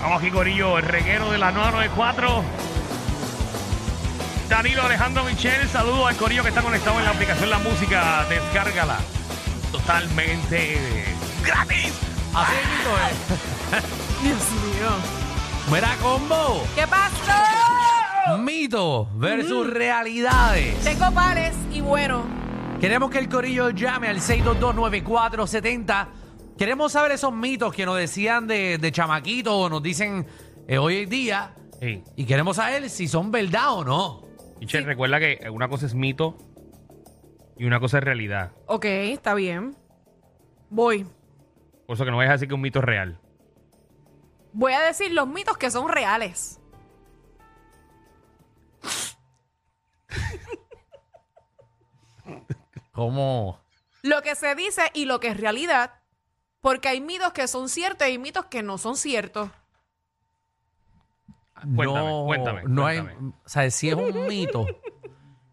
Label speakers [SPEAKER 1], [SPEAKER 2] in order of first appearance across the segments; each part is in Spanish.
[SPEAKER 1] Vamos aquí, Corillo, el reguero de la 994. Danilo Alejandro Michel, saludos al Corillo que está conectado en la aplicación La Música. Descárgala totalmente gratis.
[SPEAKER 2] Así mismo es. ¿eh?
[SPEAKER 3] Dios mío.
[SPEAKER 2] Mira, combo.
[SPEAKER 3] ¿Qué pasó?
[SPEAKER 2] Mito versus realidades.
[SPEAKER 3] Tengo pares y bueno.
[SPEAKER 2] Queremos que el corillo llame al 6229470. Queremos saber esos mitos que nos decían de, de chamaquito o nos dicen eh, hoy en día.
[SPEAKER 1] Sí.
[SPEAKER 2] Y queremos saber si son verdad o no.
[SPEAKER 1] Michel, recuerda que una cosa es mito y una cosa es realidad.
[SPEAKER 3] Ok, está bien. Voy.
[SPEAKER 1] Por eso que no vayas a decir que un mito es real.
[SPEAKER 3] Voy a decir los mitos que son reales.
[SPEAKER 2] ¿Cómo?
[SPEAKER 3] Lo que se dice y lo que es realidad. Porque hay mitos que son ciertos y mitos que no son ciertos.
[SPEAKER 1] Cuéntame,
[SPEAKER 2] no,
[SPEAKER 1] cuéntame,
[SPEAKER 2] no hay-
[SPEAKER 1] cuéntame.
[SPEAKER 2] o sea, si es un mito,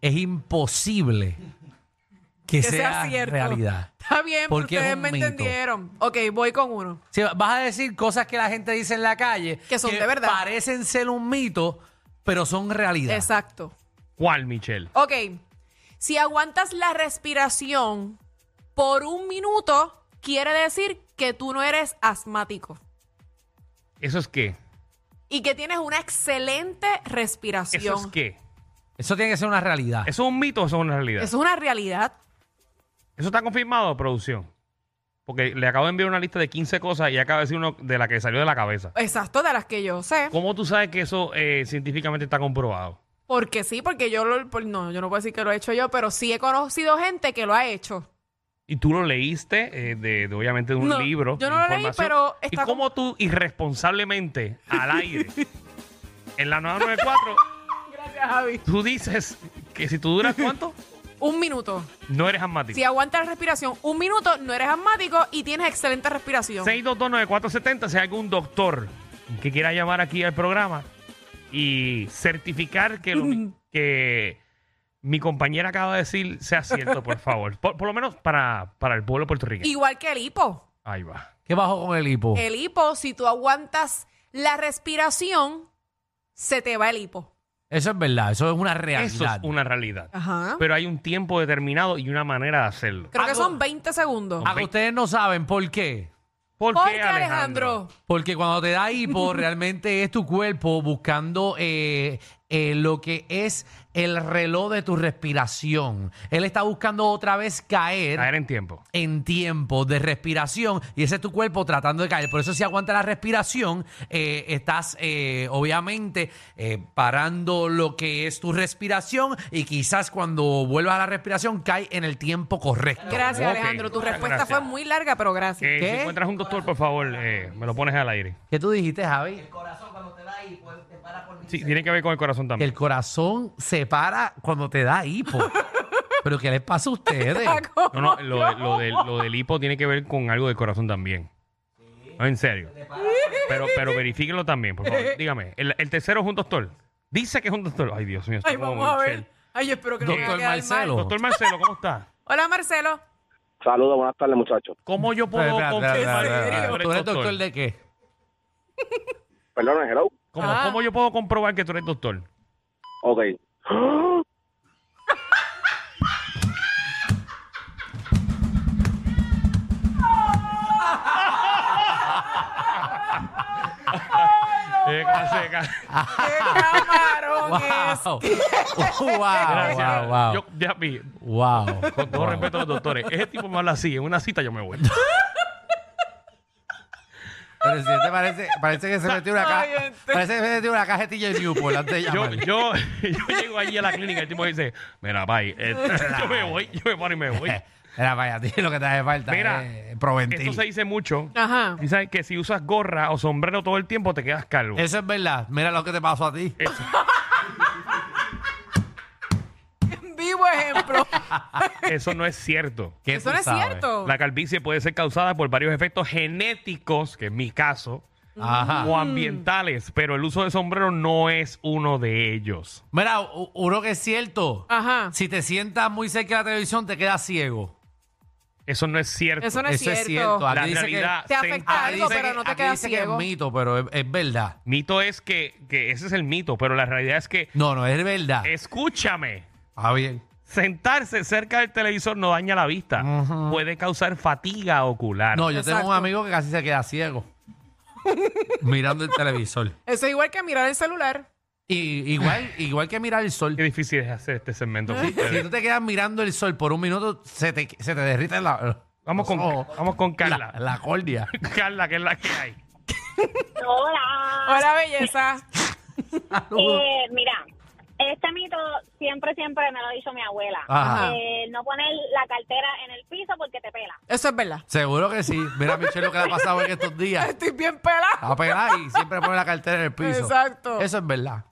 [SPEAKER 2] es imposible que,
[SPEAKER 3] Que sea, cierto.
[SPEAKER 2] realidad.
[SPEAKER 3] Está bien,
[SPEAKER 2] Porque es
[SPEAKER 3] ustedes
[SPEAKER 2] un
[SPEAKER 3] me
[SPEAKER 2] mito.
[SPEAKER 3] entendieron. Ok, voy con uno.
[SPEAKER 2] Sí, vas a decir cosas que la gente dice en la calle
[SPEAKER 3] Que son de verdad.
[SPEAKER 2] Parecen ser un mito, pero son realidad.
[SPEAKER 3] Exacto.
[SPEAKER 1] ¿Cuál, Michelle?
[SPEAKER 3] Ok. Si aguantas la respiración por un minuto, quiere decir que tú no eres asmático
[SPEAKER 1] ¿Eso es qué?
[SPEAKER 3] y que tienes una excelente respiración.
[SPEAKER 1] ¿Eso es qué?
[SPEAKER 2] Eso tiene que ser una realidad.
[SPEAKER 1] ¿Eso es un mito o eso es una realidad?
[SPEAKER 3] Eso es una realidad.
[SPEAKER 1] ¿Eso está confirmado, producción? Porque le acabo de enviar una lista de 15 cosas y acaba de decir uno de la que salió de la cabeza.
[SPEAKER 3] Exacto, de las que yo sé.
[SPEAKER 1] ¿Cómo tú sabes que eso eh, científicamente está comprobado?
[SPEAKER 3] Porque sí, porque yo lo, por- no, yo no puedo decir que lo he hecho yo, pero sí he conocido gente que lo ha hecho.
[SPEAKER 1] Y tú lo leíste, eh, de, de, obviamente, de un
[SPEAKER 3] No,
[SPEAKER 1] libro.
[SPEAKER 3] yo
[SPEAKER 1] de
[SPEAKER 3] no lo leí,
[SPEAKER 1] información.
[SPEAKER 3] pero
[SPEAKER 1] ¿Y
[SPEAKER 3] está
[SPEAKER 1] cómo tú irresponsablemente, al aire, en la 994,
[SPEAKER 3] Gracias, Javi.
[SPEAKER 1] tú dices que si tú duras cuánto,
[SPEAKER 3] Un minuto.
[SPEAKER 1] no eres asmático?
[SPEAKER 3] Si aguantas la respiración un minuto, no eres asmático y tienes excelente respiración.
[SPEAKER 1] 6229470, si hay algún doctor que quiera llamar aquí al programa y certificar que, lo- que mi compañera acaba de decir sea cierto, por favor. Por, por lo menos para, para el pueblo puertorriqueño.
[SPEAKER 3] Igual que el hipo.
[SPEAKER 1] Ahí va.
[SPEAKER 2] ¿Qué bajó con el
[SPEAKER 1] Oh.
[SPEAKER 2] hipo?
[SPEAKER 3] El hipo, si tú aguantas la respiración, se te va el hipo.
[SPEAKER 2] Eso es verdad, eso es una realidad. Ah,
[SPEAKER 1] Eso es una realidad.
[SPEAKER 3] Ajá.
[SPEAKER 1] Pero ah, oh. hay un tiempo determinado y una manera de hacerlo.
[SPEAKER 3] Creo que
[SPEAKER 2] Hago-
[SPEAKER 3] son 20 segundos.
[SPEAKER 2] Ah, que ustedes no saben por qué.
[SPEAKER 1] ¿Por,
[SPEAKER 3] ¿Por
[SPEAKER 1] qué,
[SPEAKER 3] qué,
[SPEAKER 1] Alejandro?
[SPEAKER 2] Porque cuando te da hipo, realmente es tu cuerpo buscando eh, eh, lo que es el reloj de tu respiración. Él está buscando otra vez
[SPEAKER 1] Caer en tiempo.
[SPEAKER 2] en tiempo de respiración y ese es tu cuerpo tratando de caer. Por eso si aguanta la respiración, eh, estás eh, obviamente eh, parando lo que es tu respiración y quizás cuando vuelvas a la respiración cae en el tiempo correcto.
[SPEAKER 3] Gracias,
[SPEAKER 1] Ok,
[SPEAKER 3] Alejandro. Tu
[SPEAKER 1] muchas
[SPEAKER 3] respuesta
[SPEAKER 1] gracias.
[SPEAKER 3] fue muy larga, pero gracias.
[SPEAKER 1] Eh,
[SPEAKER 2] ¿Qué?
[SPEAKER 1] si encuentras un doctor, por favor, eh, me lo pones al aire.
[SPEAKER 2] ¿Qué tú dijiste, Javi?
[SPEAKER 1] Sí, tiene que ver con el corazón
[SPEAKER 2] Que
[SPEAKER 1] también.
[SPEAKER 2] el corazón se para cuando te da hipo. ¿Pero qué les pasa a ustedes?
[SPEAKER 3] Paco.
[SPEAKER 1] No, no, lo, de- lo del, lo del hipo tiene que ver con algo del corazón también. No, en serio. Pero, pero verifíquenlo también, por favor. Dígame, el, el tercero es un doctor. Dice que es un doctor. Ay, Dios mío. estoy
[SPEAKER 3] Ay,
[SPEAKER 1] como
[SPEAKER 3] vamos a
[SPEAKER 1] Marcel.
[SPEAKER 3] ver. Ay, yo espero que no me vaya a
[SPEAKER 2] Doctor
[SPEAKER 3] quedar
[SPEAKER 2] Marcelo.
[SPEAKER 3] mal.
[SPEAKER 1] Doctor Marcelo, ¿cómo está?
[SPEAKER 3] Hola, Marcelo.
[SPEAKER 4] Saludos, buenas tardes, muchachos.
[SPEAKER 1] ¿Cómo yo puedo
[SPEAKER 2] Espera, espera,
[SPEAKER 1] confirmar que
[SPEAKER 2] espera, espera.
[SPEAKER 1] tú eres
[SPEAKER 2] ¿Tú eres
[SPEAKER 1] doctor?
[SPEAKER 2] doctor de qué?
[SPEAKER 4] Perdón, hello.
[SPEAKER 1] ¿Cómo,
[SPEAKER 3] Ah.
[SPEAKER 1] cómo yo puedo comprobar que tú eres doctor?
[SPEAKER 4] Ok.
[SPEAKER 1] Eh,
[SPEAKER 2] Ah.
[SPEAKER 1] casi, casi.
[SPEAKER 3] ¡Qué camarón
[SPEAKER 2] ¡Wow!
[SPEAKER 3] es!
[SPEAKER 2] ¡Wow!
[SPEAKER 1] Gracias.
[SPEAKER 2] Ah, ¡Wow! ¡Wow!
[SPEAKER 1] Yo, ya vi,
[SPEAKER 2] ¡Wow!
[SPEAKER 1] con todo respeto a los doctores, ese tipo me habla así, en una cita yo me voy.
[SPEAKER 2] Pero si te parece, parece que se metió una
[SPEAKER 3] Ay, este.
[SPEAKER 2] caja.
[SPEAKER 3] gente.
[SPEAKER 2] Parece que se metió una cajetilla de Newport antes de
[SPEAKER 1] yo,
[SPEAKER 2] llamar.
[SPEAKER 1] yo, yo llego allí a la clínica y el tipo dice, mira, pai, eh, yo me voy, yo me paro y me voy.
[SPEAKER 2] Era Eh, vaya, tío, lo que te hace falta
[SPEAKER 1] Mira,
[SPEAKER 2] es Proventil.
[SPEAKER 1] Esto se dice mucho.
[SPEAKER 3] Ajá.
[SPEAKER 1] Y sabes que si usas gorra o sombrero todo el tiempo te quedas calvo.
[SPEAKER 2] Eso es verdad. Mira lo que te pasó a ti.
[SPEAKER 1] Eso.
[SPEAKER 3] Vivo ejemplo.
[SPEAKER 1] Eso no es cierto.
[SPEAKER 2] ¿Qué
[SPEAKER 3] Eso
[SPEAKER 2] tú
[SPEAKER 3] no es
[SPEAKER 2] sabes?
[SPEAKER 3] cierto.
[SPEAKER 1] La calvicie puede ser causada por varios efectos genéticos, que es mi caso,
[SPEAKER 2] Ajá.
[SPEAKER 1] o ambientales, pero el uso de sombrero no es uno de ellos.
[SPEAKER 2] Mira, u- uno que es cierto.
[SPEAKER 3] Ajá.
[SPEAKER 2] Si te sientas muy cerca de la televisión, te quedas ciego.
[SPEAKER 1] Eso no es cierto.
[SPEAKER 3] Eso no es
[SPEAKER 2] Eso es
[SPEAKER 3] cierto.
[SPEAKER 2] cierto. Aquí
[SPEAKER 1] La
[SPEAKER 2] dice que-
[SPEAKER 1] realidad
[SPEAKER 3] Te
[SPEAKER 1] se
[SPEAKER 3] afecta
[SPEAKER 1] encuentra-
[SPEAKER 3] algo,
[SPEAKER 2] dice
[SPEAKER 3] pero
[SPEAKER 2] que-
[SPEAKER 3] no te
[SPEAKER 2] aquí
[SPEAKER 3] quedas
[SPEAKER 2] dice que
[SPEAKER 3] ciego.
[SPEAKER 2] es mito, pero es, es verdad.
[SPEAKER 1] Mito es que, que ese es el mito, pero la realidad es que,
[SPEAKER 2] No, no, es verdad.
[SPEAKER 1] escúchame,
[SPEAKER 2] Ah, bien.
[SPEAKER 1] sentarse cerca del televisor no daña la vista.
[SPEAKER 2] Ujú.
[SPEAKER 1] Puede causar fatiga ocular.
[SPEAKER 2] No, yo tengo
[SPEAKER 3] Exacto.
[SPEAKER 2] un amigo que casi se queda ciego mirando el televisor.
[SPEAKER 3] Eso es igual que mirar el celular.
[SPEAKER 2] Y, igual, igual que mirar el sol.
[SPEAKER 1] Qué difícil es hacer este segmento. con
[SPEAKER 2] Si
[SPEAKER 1] ustedes.
[SPEAKER 2] tú te quedas mirando el sol por un minuto, se te, se te derrite la.
[SPEAKER 1] Vamos con-
[SPEAKER 2] los ojos.
[SPEAKER 1] vamos con Carla.
[SPEAKER 2] La, la cordia.
[SPEAKER 1] Carla, que es la que hay.
[SPEAKER 5] Hola.
[SPEAKER 3] Hola, belleza.
[SPEAKER 5] Eh, mira, este mito siempre, siempre me lo ha dicho mi abuela.
[SPEAKER 2] Ajá.
[SPEAKER 5] Eh, no poner la cartera en el piso porque te pela.
[SPEAKER 3] Eso es verdad.
[SPEAKER 2] Seguro que sí. Mira, Michelle, lo que le ha pasado en estos días.
[SPEAKER 3] Estoy bien pelada.
[SPEAKER 2] A pegar y siempre pone la cartera en el piso.
[SPEAKER 3] Exacto.
[SPEAKER 2] Eso es verdad.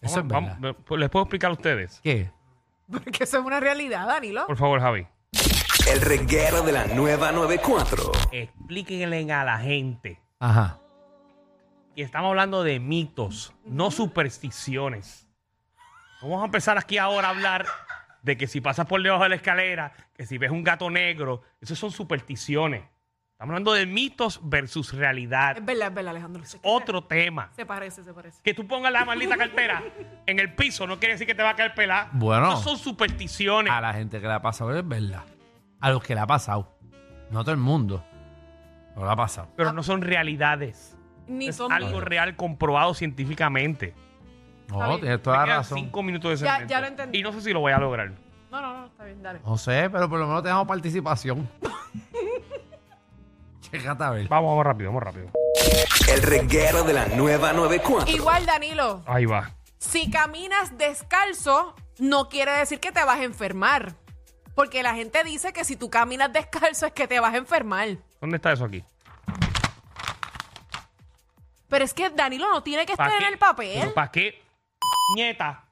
[SPEAKER 2] Eso es
[SPEAKER 1] Vamos-
[SPEAKER 2] verdad.
[SPEAKER 1] vamos- pues, ¿Les puedo explicar a ustedes?
[SPEAKER 2] ¿Qué?
[SPEAKER 3] Porque eso es una realidad, Danilo.
[SPEAKER 1] Por favor, Javi.
[SPEAKER 6] El reguero de la nueva 94.
[SPEAKER 1] Explíquenle a la gente
[SPEAKER 2] Ajá.
[SPEAKER 1] que estamos hablando de mitos, no supersticiones. Vamos a empezar aquí ahora a hablar de que si pasas por debajo de la escalera, que si ves un gato negro, esas son supersticiones. Estamos hablando de mitos versus realidad.
[SPEAKER 3] Es verdad, es verdad, Alejandro. Es que
[SPEAKER 1] Otro tema.
[SPEAKER 3] Se parece, se parece.
[SPEAKER 1] Que tú pongas la maldita cartera en el piso no quiere decir que te va a caer pelada.
[SPEAKER 2] Bueno.
[SPEAKER 1] No son supersticiones.
[SPEAKER 2] A la gente que le ha pasado es verdad. A los que le ha pasado. No a todo el mundo. No le ha pasado.
[SPEAKER 1] Pero no son realidades.
[SPEAKER 3] Ni
[SPEAKER 1] Es
[SPEAKER 3] son
[SPEAKER 1] algo real comprobado científicamente.
[SPEAKER 3] Está
[SPEAKER 2] No,
[SPEAKER 3] bien.
[SPEAKER 2] tienes
[SPEAKER 1] Me
[SPEAKER 2] toda la
[SPEAKER 1] quedan
[SPEAKER 2] razón.
[SPEAKER 1] cinco minutos de
[SPEAKER 3] Ya-
[SPEAKER 1] segmento.
[SPEAKER 3] ya lo entendí.
[SPEAKER 1] Y no sé si lo voy a lograr.
[SPEAKER 3] No, no, no, está bien, dale.
[SPEAKER 2] No sé, pero por lo menos tenemos participación. Chécate a ver.
[SPEAKER 1] Vamos, vamos rápido, vamos rápido.
[SPEAKER 6] El reguero de la nueva 94.
[SPEAKER 3] Igual, Danilo,
[SPEAKER 1] Ahí va.
[SPEAKER 3] si caminas descalzo, no quiere decir que te vas a enfermar. Porque la gente dice que si tú caminas descalzo es que te vas a enfermar.
[SPEAKER 1] ¿Dónde está eso aquí?
[SPEAKER 3] Pero es que Danilo no tiene que estar en el papel.
[SPEAKER 1] ¿Para qué? Nieta.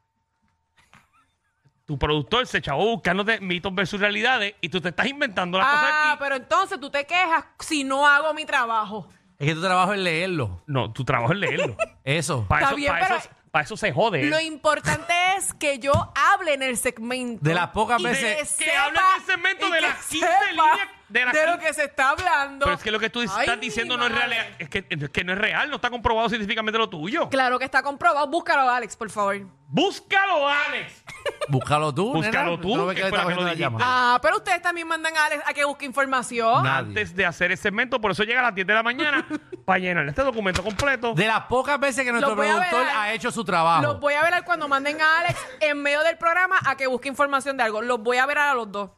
[SPEAKER 1] Tu productor se echó buscándote mitos versus realidades y tú te estás inventando las cosas
[SPEAKER 3] Ah,
[SPEAKER 1] aquí.
[SPEAKER 3] pero entonces tú te quejas si no hago mi trabajo.
[SPEAKER 2] Es que tu trabajo es leerlo.
[SPEAKER 1] No, tu trabajo es leerlo.
[SPEAKER 2] Eso.
[SPEAKER 1] Para
[SPEAKER 3] Está
[SPEAKER 1] eso,
[SPEAKER 3] bien,
[SPEAKER 1] para
[SPEAKER 3] pero-
[SPEAKER 1] eso, para eso se jode.
[SPEAKER 3] Lo importante es que yo hable en el segmento.
[SPEAKER 2] De las pocas
[SPEAKER 3] y
[SPEAKER 2] veces-
[SPEAKER 1] Que hable en el segmento
[SPEAKER 3] y
[SPEAKER 1] de
[SPEAKER 3] que
[SPEAKER 1] las 15
[SPEAKER 3] sepa
[SPEAKER 1] líneas- de las
[SPEAKER 3] lo
[SPEAKER 1] 15
[SPEAKER 3] que se está hablando.
[SPEAKER 1] Pero es que lo que tú
[SPEAKER 3] Ay,
[SPEAKER 1] estás
[SPEAKER 3] mi
[SPEAKER 1] diciendo no es
[SPEAKER 3] madre.
[SPEAKER 1] real. Es que, es que no es real, no está comprobado científicamente lo tuyo.
[SPEAKER 3] Claro que está comprobado. Búscalo, Alex, por favor.
[SPEAKER 1] Búscalo, Alex.
[SPEAKER 2] Búscalo tú.
[SPEAKER 1] Búscalo
[SPEAKER 2] nena.
[SPEAKER 1] tú,
[SPEAKER 2] no ves que
[SPEAKER 1] que
[SPEAKER 2] le
[SPEAKER 1] fue
[SPEAKER 2] está
[SPEAKER 1] la que lo
[SPEAKER 2] cogiendo la
[SPEAKER 1] dijiste.
[SPEAKER 2] llamada.
[SPEAKER 3] Ah, pero ustedes también mandan a Alex a que busque información.
[SPEAKER 2] Nadie.
[SPEAKER 1] Antes de hacer el segmento, por eso llega a las 10 de la mañana para llenar este documento completo.
[SPEAKER 2] De las pocas veces que nuestro
[SPEAKER 3] voy a
[SPEAKER 2] productor
[SPEAKER 3] velar.
[SPEAKER 2] ha hecho su trabajo.
[SPEAKER 3] Los voy a ver cuando manden a Alex en medio del programa a que busque información de algo. Los voy a ver a los dos.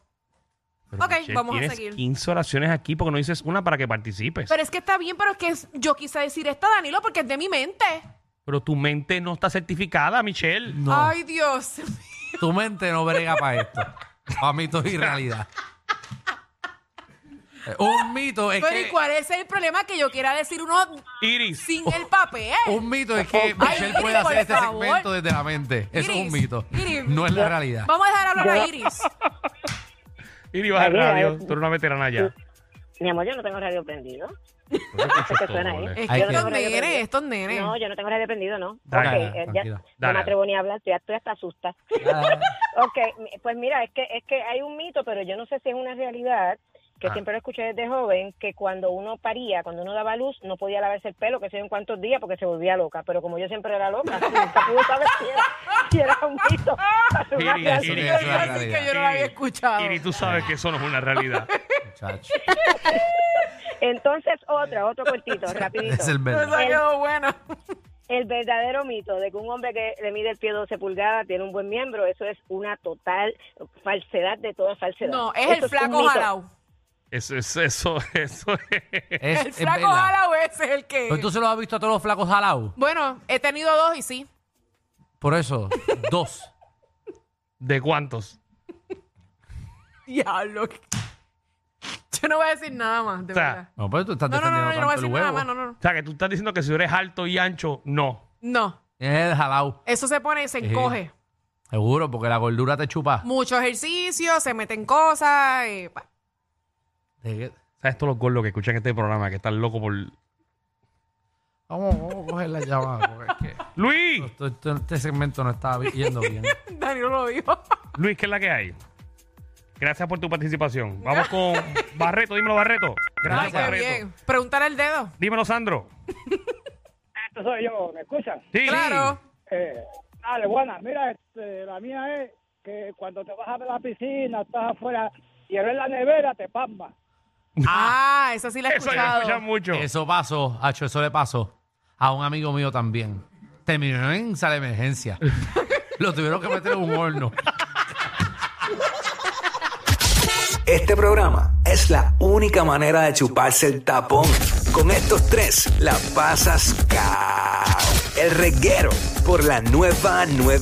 [SPEAKER 1] Pero,
[SPEAKER 3] ok,
[SPEAKER 1] Michelle,
[SPEAKER 3] vamos a
[SPEAKER 1] tienes
[SPEAKER 3] seguir.
[SPEAKER 1] 15 oraciones aquí porque no dices una para que participes. Pero,
[SPEAKER 3] Pero es que está bien, pero es que es- yo quise decir esta, Danilo, porque es de mi mente.
[SPEAKER 1] tu mente no está certificada, Michelle.
[SPEAKER 2] No,
[SPEAKER 3] Ay, Dios.
[SPEAKER 2] tu mente no brega para esto. Para mitos y realidad. Eh, Un mito es
[SPEAKER 3] Pero ¿y
[SPEAKER 2] que...
[SPEAKER 3] cuál es el problema que yo quiera decir uno
[SPEAKER 1] Iris,
[SPEAKER 3] sin el papel?
[SPEAKER 2] Un mito es que Michelle
[SPEAKER 3] Iris,
[SPEAKER 2] puede hacer
[SPEAKER 3] por
[SPEAKER 2] este
[SPEAKER 3] favor.
[SPEAKER 2] segmento desde la mente. Eso es
[SPEAKER 3] Iris,
[SPEAKER 2] un mito.
[SPEAKER 3] Iris.
[SPEAKER 2] No es la realidad.
[SPEAKER 3] Vamos a dejar hablar
[SPEAKER 2] oh.
[SPEAKER 3] a Iris.
[SPEAKER 1] Iris, baja el
[SPEAKER 5] Mira,
[SPEAKER 1] radio.
[SPEAKER 5] es-
[SPEAKER 1] Tú eres una veterana ya.
[SPEAKER 5] Mi amor, yo no tengo radio prendido.
[SPEAKER 1] No te escucho
[SPEAKER 5] ¿Qué
[SPEAKER 1] todo,
[SPEAKER 5] suena ahí?
[SPEAKER 1] ¿vale?
[SPEAKER 3] Es
[SPEAKER 2] Hay
[SPEAKER 3] que
[SPEAKER 2] que-
[SPEAKER 3] estos nenes,
[SPEAKER 5] Dale.
[SPEAKER 3] estos nenes.
[SPEAKER 5] No, yo no tengo radio prendido, no.
[SPEAKER 1] Dale,
[SPEAKER 5] Ok,
[SPEAKER 1] dale,
[SPEAKER 5] eh, ya,
[SPEAKER 2] tranquila.
[SPEAKER 5] no
[SPEAKER 1] Dale.
[SPEAKER 5] me atrevo ni a hablar, ya estoy hasta asusta. ok, mi- pues mira, es que, es que hay un mito, pero yo no sé si es una realidad, que
[SPEAKER 1] Ah.
[SPEAKER 5] siempre lo escuché desde joven, que cuando uno paría, cuando uno daba luz, no podía lavarse el pelo, que sé yo en cuántos días, porque se volvía loca. Pero como yo siempre era loca, nunca pude saber si era, si era un mito.
[SPEAKER 1] Iris,
[SPEAKER 5] Una
[SPEAKER 2] Eso
[SPEAKER 1] Iris,
[SPEAKER 2] que
[SPEAKER 3] Yo
[SPEAKER 2] es
[SPEAKER 3] iba
[SPEAKER 2] la
[SPEAKER 3] a decir que
[SPEAKER 2] realidad.
[SPEAKER 3] yo no la había
[SPEAKER 1] Iris,
[SPEAKER 3] escuchado.
[SPEAKER 1] Iris, tú sabes que eso no es una realidad.
[SPEAKER 2] Muchacho,
[SPEAKER 5] Entonces, otra, otro cuentito, rapidito.
[SPEAKER 2] es el
[SPEAKER 3] Eso
[SPEAKER 2] verdad.
[SPEAKER 3] quedó bueno.
[SPEAKER 5] El verdadero mito de que un hombre que le mide el pie 12 pulgadas tiene un buen miembro, eso es una total falsedad de toda falsedad.
[SPEAKER 3] No, es
[SPEAKER 5] Eso
[SPEAKER 3] el
[SPEAKER 5] un
[SPEAKER 3] flaco
[SPEAKER 5] mito.
[SPEAKER 3] jalao.
[SPEAKER 1] Eso, eso, eso, eso es.
[SPEAKER 2] Es,
[SPEAKER 3] El
[SPEAKER 2] es
[SPEAKER 3] flaco
[SPEAKER 2] verdad.
[SPEAKER 3] jalao ese es el que...
[SPEAKER 2] Pero tú se lo has visto a todos los flacos jalados.
[SPEAKER 3] Bueno, he tenido dos y sí.
[SPEAKER 2] Por eso, dos.
[SPEAKER 1] ¿De cuántos?
[SPEAKER 3] Diablo. Yo no voy a decir nada más, de
[SPEAKER 1] O sea,
[SPEAKER 3] verdad.
[SPEAKER 2] No, pero tú estás
[SPEAKER 3] No, no,
[SPEAKER 2] defendiendo
[SPEAKER 3] no, no, yo no voy a
[SPEAKER 2] tanto
[SPEAKER 3] decir
[SPEAKER 2] el
[SPEAKER 3] nada
[SPEAKER 2] huevo.
[SPEAKER 3] más. No, no, no.
[SPEAKER 1] O sea, que tú estás diciendo que si eres alto y ancho, no.
[SPEAKER 3] No,
[SPEAKER 2] Es el jalao.
[SPEAKER 3] eso se pone, se
[SPEAKER 2] Sí.
[SPEAKER 3] encoge.
[SPEAKER 2] Seguro, porque la gordura te chupa.
[SPEAKER 3] Mucho ejercicio, se meten cosas. eh, pa-
[SPEAKER 2] Te-
[SPEAKER 1] ¿Sabes todos los gordos que escuchan este programa que están locos por.
[SPEAKER 2] Vamos, vamos a coger la llamada. Porque es que
[SPEAKER 1] ¡Luis!
[SPEAKER 2] esto- esto- este segmento no está yendo bien.
[SPEAKER 3] Danilo lo dijo.
[SPEAKER 1] Luis, ¿qué es la que hay? Gracias por tu participación. Vamos con Barreto. Dímelo, Barreto. Gracias,
[SPEAKER 2] Ay, qué
[SPEAKER 3] Qué
[SPEAKER 1] Barreto.
[SPEAKER 3] bien. Preguntar el dedo.
[SPEAKER 1] Dímelo, Sandro.
[SPEAKER 7] Esto soy yo, ¿me escuchan?
[SPEAKER 1] Sí.
[SPEAKER 3] Claro.
[SPEAKER 7] Eh, dale, buena. Mira, este, la mía es que cuando te vas a la piscina, estás afuera y eres la nevera, te pamba.
[SPEAKER 3] Ah, esa sí la he
[SPEAKER 1] Eso ya
[SPEAKER 3] escuchado.
[SPEAKER 1] escuchan mucho.
[SPEAKER 2] Eso pasó, Hacho, eso le pasó a un amigo mío también. Terminó en sala de emergencia. Lo tuvieron que meter en un horno.
[SPEAKER 6] Este programa es la única manera de chuparse el tapón. Con estos tres la pasas cao. El reguero por la nueva 9.